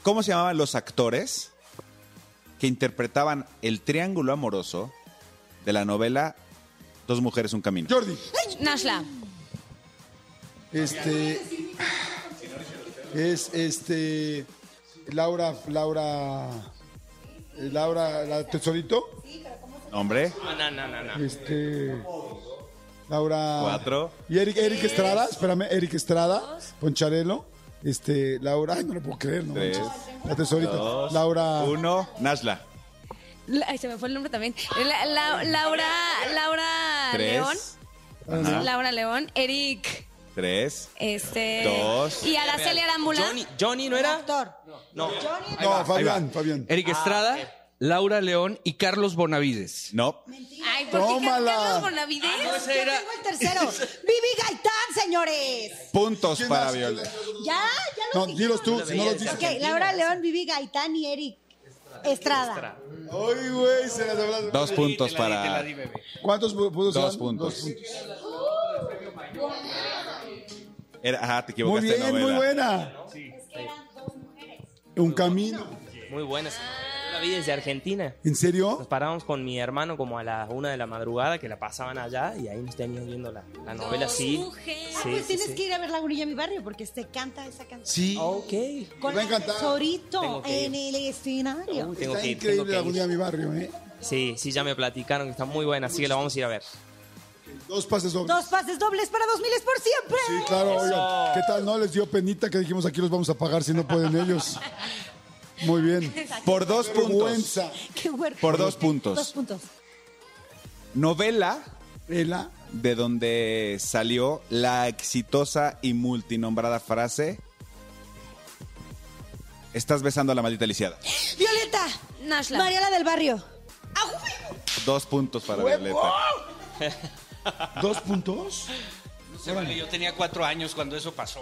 ¿Cómo se llamaban los actores que interpretaban el triángulo amoroso de la novela Dos mujeres, un camino?
Jordi.
Nashla.
Este. Es este. Laura. Laura. eh, Laura, la tesorito.
Hombre,
No, no, no, no.
Este. Laura.
Cuatro.
Y Eric, Eric Estrada, espérame, Eric Estrada, Poncharelo. Este, Laura, ay, no lo puedo creer, no
Tres.
manches. La tesorito.
dos,
Laura.
uno. Nashla.
La- Ay, se me fue el nombre también. La- la- Laura, Laura
Tres.
León.
Ajá.
Laura León. Eric.
Tres.
Este.
Dos.
Y Araceli Arámbula.
Johnny, Johnny, ¿no era?
Actor.
No.
No, Fabián, Fabián.
Eric Estrada, Laura León y Carlos Bonavides.
Ah, No.
Ay, ¿por qué
Tómala.
Carlos Bonavides?
Ah,
ese era-
Tengo el tercero. Vivi Gaitán, señores.
Puntos
¿Quién
para
más?
Violeta.
Ya, ya lo
No, dilos tú, si no los dices.
Ok, Laura León, Vivi Gaitán y Eric Estrada.
Ay, güey, se las hablas.
Dos puntos para.
¿Cuántos pu- puntos
Dos
eran?
puntos. Era- ajá, te
Muy
equivocaste.
bien,
novela.
muy buena. Un camino.
Muy buenas. La vi desde Argentina.
¿En
Nos
serio?
parábamos con mi hermano como a las una de la madrugada, que la pasaban allá, y ahí nos tenían viendo la, la novela así.
mujeres.
Ah,
Sí,
pues
sí,
tienes
sí.
que ir a ver La Gurilla Mi Barrio porque se canta esa canción.
Sí.
Ok.
Con
va a
el
encantar.
tesorito
Tengo que
en el escenario.
Uh, tengo
Está
que ir, tengo
increíble
que
la
ir.
unidad de mi barrio, ¿eh?
Sí, sí, ya me platicaron que está muy buena, así que la vamos a ir a ver.
Dos pases dobles.
Dos pases dobles para dos miles por siempre.
Sí, claro, oigan. ¿Qué tal? No les dio penita que dijimos aquí los vamos a pagar si no pueden ellos. Muy bien.
Por dos puntos.
Vergüenza.
Qué huerco.
Por dos puntos.
Dos puntos.
Novela
Ela.
de donde salió la exitosa y multinombrada frase. Estás besando a la maldita lisiada.
Violeta.
Nashla.
Mariela del Barrio.
Dos puntos para Violeta.
¿Dos puntos?
yo tenía cuatro años cuando eso pasó.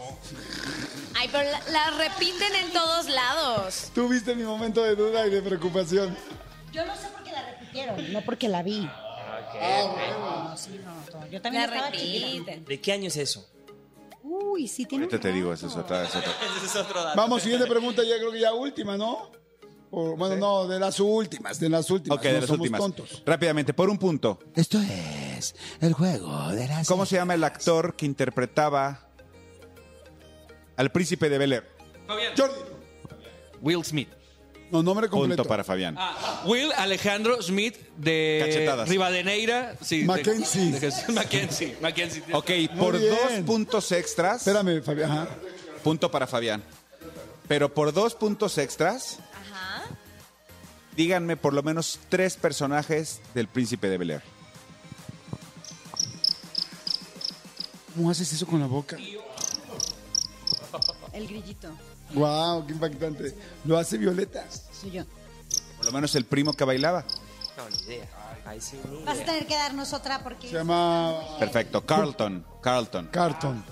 Ay, pero la, la repiten en todos lados.
Tuviste mi momento de duda y de preocupación.
Yo no sé por qué la repitieron, no porque la vi.
Ah, bueno.
No, sí, no, no. Yo
La
también estaba chiquita.
repiten.
¿De qué año es eso?
Uy, sí tiene
Ahorita te digo, eso es otra. es otra.
Ese es otro dato.
Vamos, siguiente pregunta, ya creo que ya última, ¿no? O, bueno, no, de las últimas, de las últimas.
Ok, de
no
las
somos
últimas.
tontos.
Rápidamente, por un punto.
Esto es el juego de las...
¿Cómo se llama el actor que interpretaba al príncipe de Bel Air?
Jordi,
Will Smith.
no, nombre completo.
Punto para Fabián.
Ah, Will Alejandro Smith de
Cachetadas.
Rivadeneira. Sí, de-
Mackenzie.
de Jesús- Mackenzie. Mackenzie.
Ok,
Muy
por
bien.
dos puntos extras.
Espérame, Fabián. ajá.
Punto para Fabián. Pero por dos puntos extras, díganme por lo menos tres personajes del príncipe de Bel Air.
¿Cómo haces eso con la boca?
El grillito.
Wow, qué impactante. Lo hace Violeta.
Soy yo.
Por lo menos el primo que bailaba.
No, ni idea. Ahí sí, ni
Vas a
idea.
tener que darnos otra porque.
Se llama
Perfecto. Carlton. Carlton.
Carton.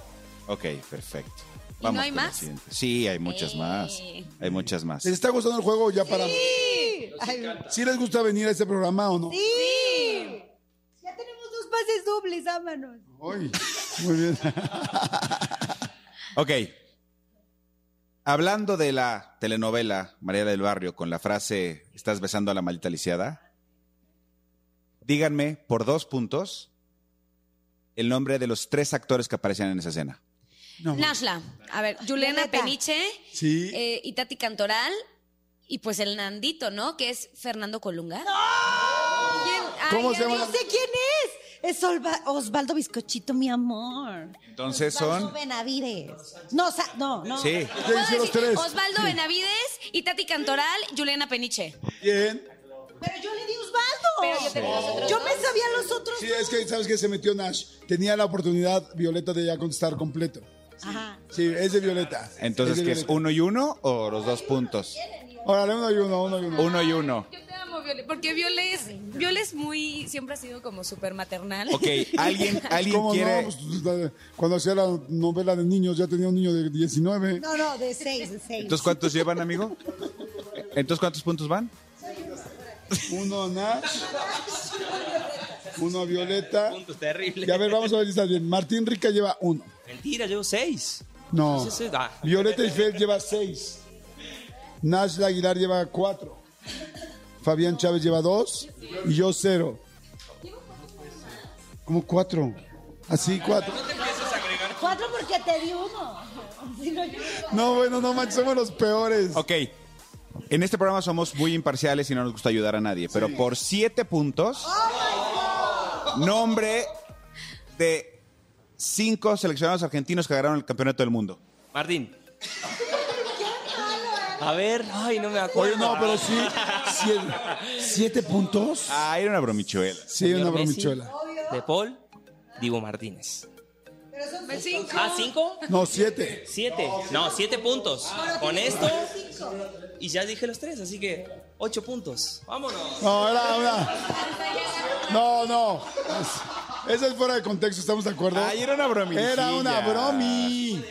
Ok, perfecto.
¿Y no hay
con la
más?
siguiente. Sí, hay muchas más.
Eh.
Hay muchas más.
¿Les está gustando el juego o ya para?
Ay,
¿Sí les gusta venir a este programa o no?
sí. Ya tenemos dos pases dobles, ámanos.
Ay, muy bien.
Ok. Hablando de la telenovela María del Barrio con la frase ¿Estás besando a la maldita lisiada? Díganme por dos puntos el nombre de los tres actores que aparecían en esa escena.
No,
Nashla. A ver, Juliana
Violeta.
Peniche,
sí.
eh, Itati Cantoral y pues el Nandito, ¿no? Que es Fernando Colunga. ¿Quién? Ay,
¿Cómo se
Dios.
llama?
No sé quién es. Es Olva- Osvaldo Bizcochito, mi amor.
Entonces
Osvaldo
son...
Benavides. No, sa- no, no.
Sí.
Ya hice los
Puedo decir,
tres.
Osvaldo Benavides, Itati Cantoral, Juliana Peniche.
Bien.
Pero yo le di Osvaldo.
Pero yo te di los otros
Yo
dos.
me sabía los otros.
Sí, es que sabes que se metió Nash. Tenía la oportunidad Violeta de ya contestar completo.
Ajá.
Sí, es de Violeta.
Entonces,
de
¿qué es?
Violeta.
¿Uno y uno o los dos puntos?
Órale, uno y uno, uno y uno.
Uno y uno.
Yo te amo, Viole, porque Viole es, Viole es muy, siempre ha sido como súper maternal.
Ok, ¿alguien, alguien
¿Cómo
quiere...?
no? Pues, cuando hacía la novela de niños ya tenía un niño de 19.
No, no, de seis, de seis.
Entonces, ¿cuántos llevan, amigo? Entonces, ¿cuántos puntos van?
Uno a Nash. Uno a Violeta.
Puntos terribles.
Y a ver, vamos a ver si está bien. Martín Rica lleva uno.
Mentira, llevo seis.
No.
Sí, sí, ah.
Violeta Eiffel lleva seis. Nash Aguilar lleva cuatro. Fabián Chávez lleva dos. Y yo cero. ¿Cómo cuatro? Así cuatro.
Cuatro porque te di uno. Si no, yo-
No, bueno, no manches, somos los peores.
Ok. En este programa somos muy imparciales y no nos gusta ayudar a nadie, pero por siete puntos, nombre de cinco seleccionados argentinos que ganaron el campeonato del mundo.
Martín. A ver, ay, no me acuerdo.
Oye, no, pero sí. Siete, ¿siete puntos.
Ah, era una bromichuela.
Sí, una
Señor Messi.
bromichuela.
De Paul, Dibu Martínez.
Cinco.
¿Ah, cinco?
No, siete.
Siete. No, siete puntos. Con esto. Y ya dije los tres, así que ocho puntos. Vámonos.
No, era una. No, no. Eso es fuera de contexto, ¿estamos de acuerdo?
Ay, era una bromilla.
Era una bromi.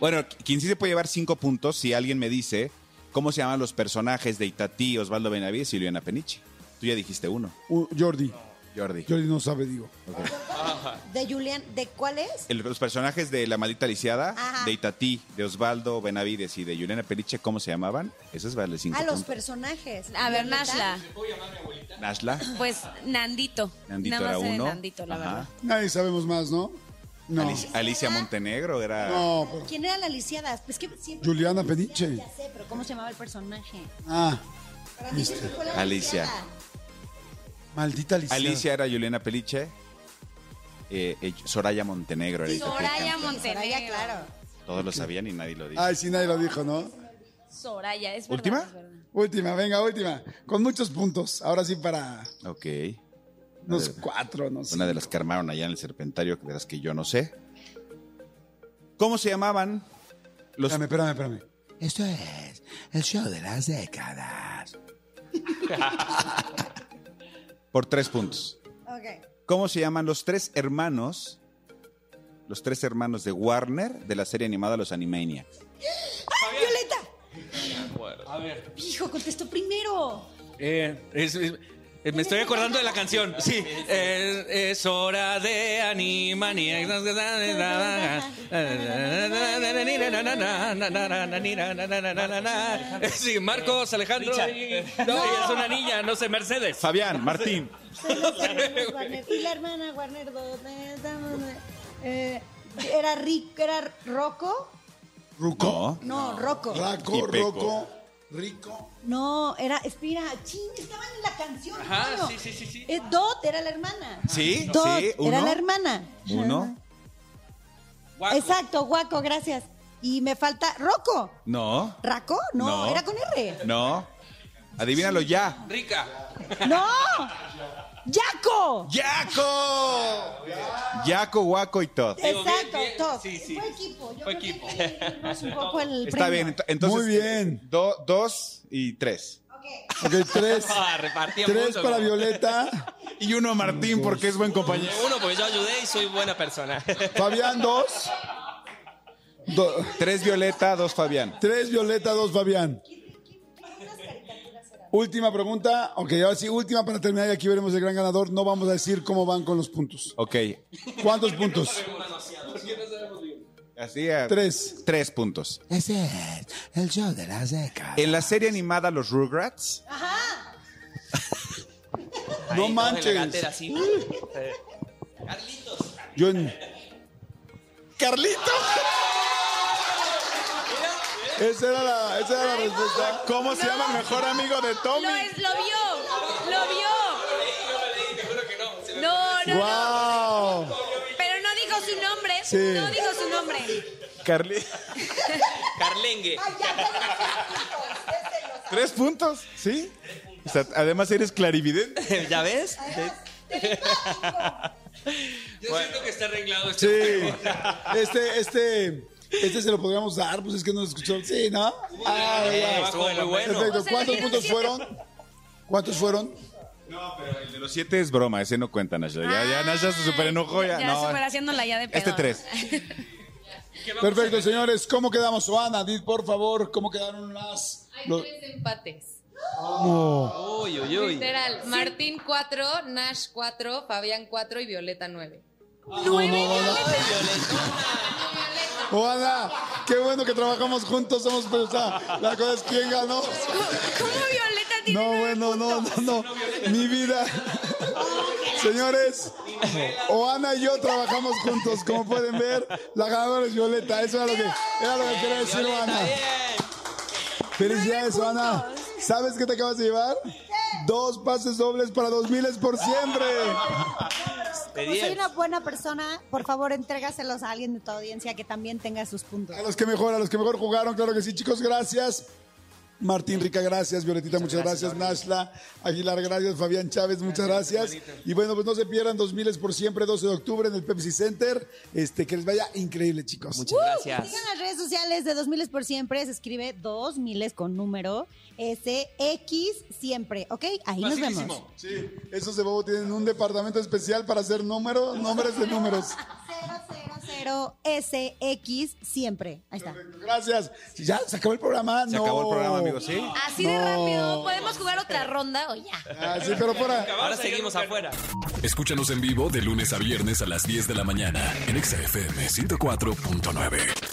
Bueno, quien sí se puede llevar cinco puntos si alguien me dice cómo se llaman los personajes de Itatí, Osvaldo Benavides y Juliana Peniche. Tú ya dijiste uno,
Uh, Jordi.
Jordi.
Jordi no sabe, digo.
De Julián, ¿de cuál es?
El- los personajes de La Maldita Lisiada,
Ajá.
de Itatí, de Osvaldo Benavides y de Juliana Peniche, ¿cómo se llamaban? Esos vale cinco
A Ah, los
puntos.
personajes.
A ver,
¿Violeta?
Nashla.
Nashla.
Pues Nandito.
Nandito
Nada
era
más
uno.
Nandito, la
Ajá.
verdad.
Nadie sabemos más, ¿no? No.
Alicia, Alicia Montenegro era.
No, pero-
¿Quién era la lisiada? Es que siempre-
Juliana Peniche.
Ya sé, pero ¿cómo se llamaba el personaje?
Ah,
Para mí siempre fue la
Alicia.
lisiada.
maldita Alicia.
Alicia era Juliana Peliche. eh, eh, Soraya Montenegro era. Itatí
Soraya
Alcántara.
Soraya,
Montenegro.
claro.
Todos lo sabían y nadie lo dijo.
Ay, sí, nadie lo dijo, ¿no?
Soraya, es verdad.
¿Última?
es verdad.
Última, venga, última. Con muchos puntos. Ahora sí para
Ok.
unos
ver.
cuatro, no sé.
Una de las que armaron allá en el serpentario, de las que yo no sé. ¿Cómo se llamaban los
Espérame, espérame, espérame.
Esto es el show de las décadas.
por tres puntos?
Ok.
¿Cómo se llaman los tres hermanos? Los tres hermanos de Warner de la serie animada Los Animaniacs.
¡Violeta! A ver. Hijo, contestó primero.
Eh, es- es-
Eh, Me estoy acordando de la canción. Sí. Es, es hora de Animaniacs. Sí, Marcos, Alejandro. y- No, y es una niña, no sé, Mercedes.
Fabián, Martín.
Warner. Y la hermana Warner dos, eh, dame, eh, era rico, era Rocco.
Ruco.
No, Rocco.
Raco,
Y Peco.
roco, rico.
No, era, espera, ching, estaban en la canción.
Ajá,
coño.
sí, sí, sí, sí.
Eh, Dot era la hermana.
Sí,
Dot
sí,
era
uno.
la hermana.
Uno.
Exacto, Guaco, gracias. Y me falta Rocco.
No.
¿Raco? No,
No.
era con R.
No. Adivínalo ya.
Rica.
¡No! ¡Yaco!
¡Yaco! Yaco, Guaco y todo.
Exacto, Todd. Fue equipo. Yo creo que ganamos un poco el
Está
premio.
bien, ent- entonces. Muy bien. dos y tres.
Ok, tres.
Ah, repartí a
Tres
mucho,
para
¿no?
Violeta.
Y uno a Martín porque es buen compañero.
Uno, porque yo ayudé y soy buena persona.
Fabián, dos.
Tres Violeta, dos Fabián.
Tres Violeta, dos Fabián. Última pregunta. Ok, ahora sí, última para terminar y aquí veremos el gran ganador. No vamos a decir cómo van con los puntos.
Ok.
¿Cuántos puntos?
Así a-
Tres.
Tres puntos.
Ese es el show de las décadas.
En la serie animada Los Rugrats.
No
Ahí,
manches.
en la cantera, así. Eh,
Yo en-
¡Carlito!
Esa era la, esa era la respuesta.
¿Cómo se llama el mejor amigo de Tommy?
Lo, es- lo vio, lo vio. No, no, no.
¡Wow!
Pero no dijo su nombre.
Sí.
No dijo su nombre.
Carlito.
Carlengue.
¿Tres puntos? ¿Sí? O sea, además eres clarividente.
¿Ya ves?
Yo siento que está arreglado
Sí.
este. juego.
Este, este, este se lo podríamos dar, pues es que no escuchó. Sí, ¿no? Ah, ya.
Estuvo muy bueno.
Perfecto.
O sea,
¿Cuántos
le dieron
puntos
siete.
fueron? ¿Cuántos fueron?
No, pero el de los siete es broma, ese no cuenta, Nasha. Ya, ya, Nasha se super enojó. Ya,
Ya
no. eh.
super haciéndola ya de pedo.
Este tres.
Perfecto, señores. ¿Cómo quedamos? Oana, di por favor, ¿cómo quedaron las. los-
empates.
Uy, uy, uy.
Literal. Martín 4, Nash 4, Fabián 4 y Violeta 9.
No, no, no. Oana, qué bueno que trabajamos juntos, somos pero, o sea, La cosa es quién ganó.
¿Cómo, cómo Violeta tiene
No,
nueve
bueno, no, no, no. Mi vida. Señores, Oana y yo trabajamos juntos. Como pueden ver, la ganadora es Violeta. Eso era lo que, era lo que quería decir, Oana. Felicidades, Oana. ¿Sabes qué te acabas de llevar? Dos pases dobles para dos miles por siempre.
De
Como soy
diez.
una buena persona, por favor, entrégaselos a alguien de tu audiencia que también tenga sus puntos.
A los que mejor, a los que mejor jugaron, claro que sí, chicos, gracias. Martín Rica, gracias. Violetita, muchas, gracias. Nashla Aguilar, gracias. Fabián Chávez, muchas gracias. Y bueno, pues no se pierdan dos miles por siempre, 12 de octubre en el Pepsi Center. Este, que les vaya increíble, chicos.
Muchas gracias.
Sigan las redes sociales de 2000 por siempre. Se escribe 2000 con número SX siempre. ¿Ok? Ahí nos vemos.
Facilísimo.
Sí, esos de Bobo tienen un departamento especial para hacer números, nombres de números.
00 SX siempre. Ahí está.
Gracias. Ya se acabó el programa.
Se
No.
acabó el programa, amigos, ¿sí?
Así de
No.
rápido. ¿Podemos jugar otra ronda o ya?
Ah, sí, pero fuera.
Ahora seguimos afuera.
Escúchanos en vivo de lunes a viernes a las 10 de la mañana en Exa FM 104.9.